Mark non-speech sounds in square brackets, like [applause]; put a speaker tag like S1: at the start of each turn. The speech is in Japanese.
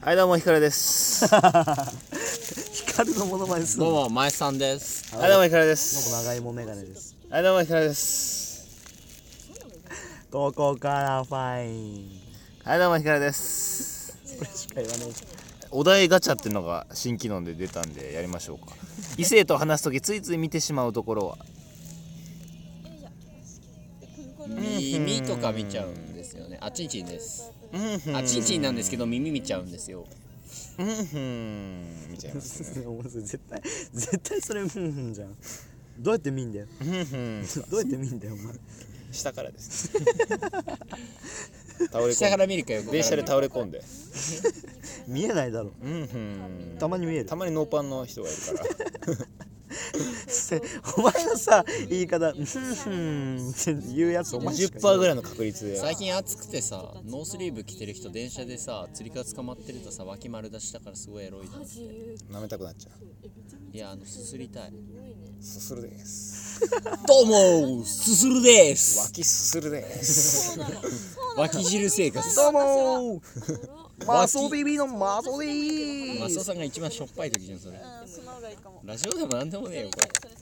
S1: はいどうもひかるです。
S2: 光のモノマネする
S3: ど
S2: の
S3: う
S2: 僕
S3: も、前さんです。
S1: はいどうもひかるです。
S2: 長芋メガネです
S1: はいどうもひかるです。
S2: ここからファイン
S1: はいどうもひかるです。
S2: それしか言わない
S1: お題ガチャっていうのが新機能で出たんでやりましょうか。異性と話すときついつい見てしまうところは
S3: 耳とか見ちゃうんですよね。あちんちんです。
S1: うんふん
S3: あちんちんなんですけど、耳見ちゃうんですよ。
S1: うんふんみたいな。
S2: 面白い絶対絶対それうんうんじゃんどうやって見んだよ
S1: うんふん
S2: どうやって見んだよお前
S1: 下から [laughs] です。倒れ
S3: 下
S1: 込
S3: か
S1: んで
S3: ら見るかよ。
S1: 電車で倒れ込んで。
S2: 見えないだろ
S1: うんふん
S2: たまに見える
S1: たまにノーパンの人がいるから。
S2: お前のさ言い方うんうんって言うやつお前しか
S1: 20%ぐらいの確率で。
S3: 最近暑くてさ、ノースリーブ着てる人、電車でさ、釣り革捕まってるとさ、脇丸出しだからすごいエロいなって。い
S1: 舐めたくなっちゃう。
S3: や、あの、すすりたい。
S1: すするです。
S3: どうもすするです
S1: 脇すするです。
S3: 脇汁生活。
S2: どうもーマソビビのマソビ
S3: マ
S2: ー
S3: スオさんが一番しょっぱい時じゃん、そ
S4: う
S3: れ。
S4: ん、その方がいいかも。
S3: ラジオでもなんでもねえよ、これ。
S4: それ